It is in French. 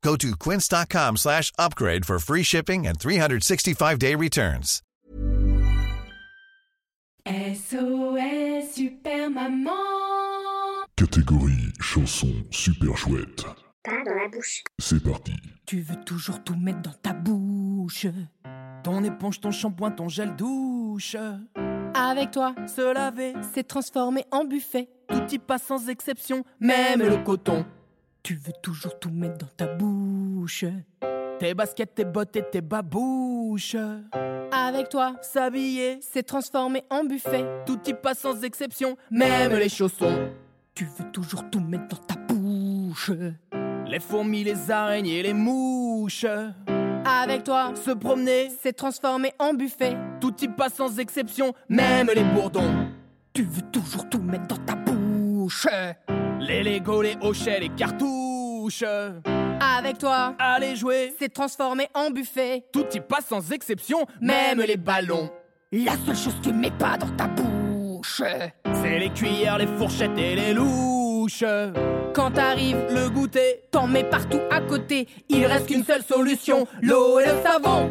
Go to quince.com slash upgrade for free shipping and 365-day returns. SOS Super Maman Catégorie chanson super chouette. Pas dans la bouche. C'est parti. Tu veux toujours tout mettre dans ta bouche. Ton éponge, ton shampoing, ton gel douche. Ah, Avec toi, Se laver, c'est transformé en buffet. tout y passe sans exception, même le coton. Tu veux toujours tout mettre dans ta bouche. Tes baskets, tes bottes et tes babouches. Ah, Avec toi, S'habiller, c'est transformé en buffet. tout y passe sans exception, même les chaussons. Tu veux toujours tout mettre dans ta bouche. Les fourmis, les araignées, les mouches. Avec toi, Se promener, c'est transformé en buffet. tout y passe sans exception, même les bourdons. Tu veux toujours tout mettre dans ta bouche. Les Lego, les hochets, les cartouches. Avec toi, Allez jouer, c'est transformé en buffet. tout y passe sans exception, même les ballons. La seule chose que tu mets pas dans ta bouche. C'est les cuillères, les fourchettes et les louches. Quand t'arrives, Le goûter, t'en mets partout à côté. il reste qu'une seule solution, l'eau et le savon.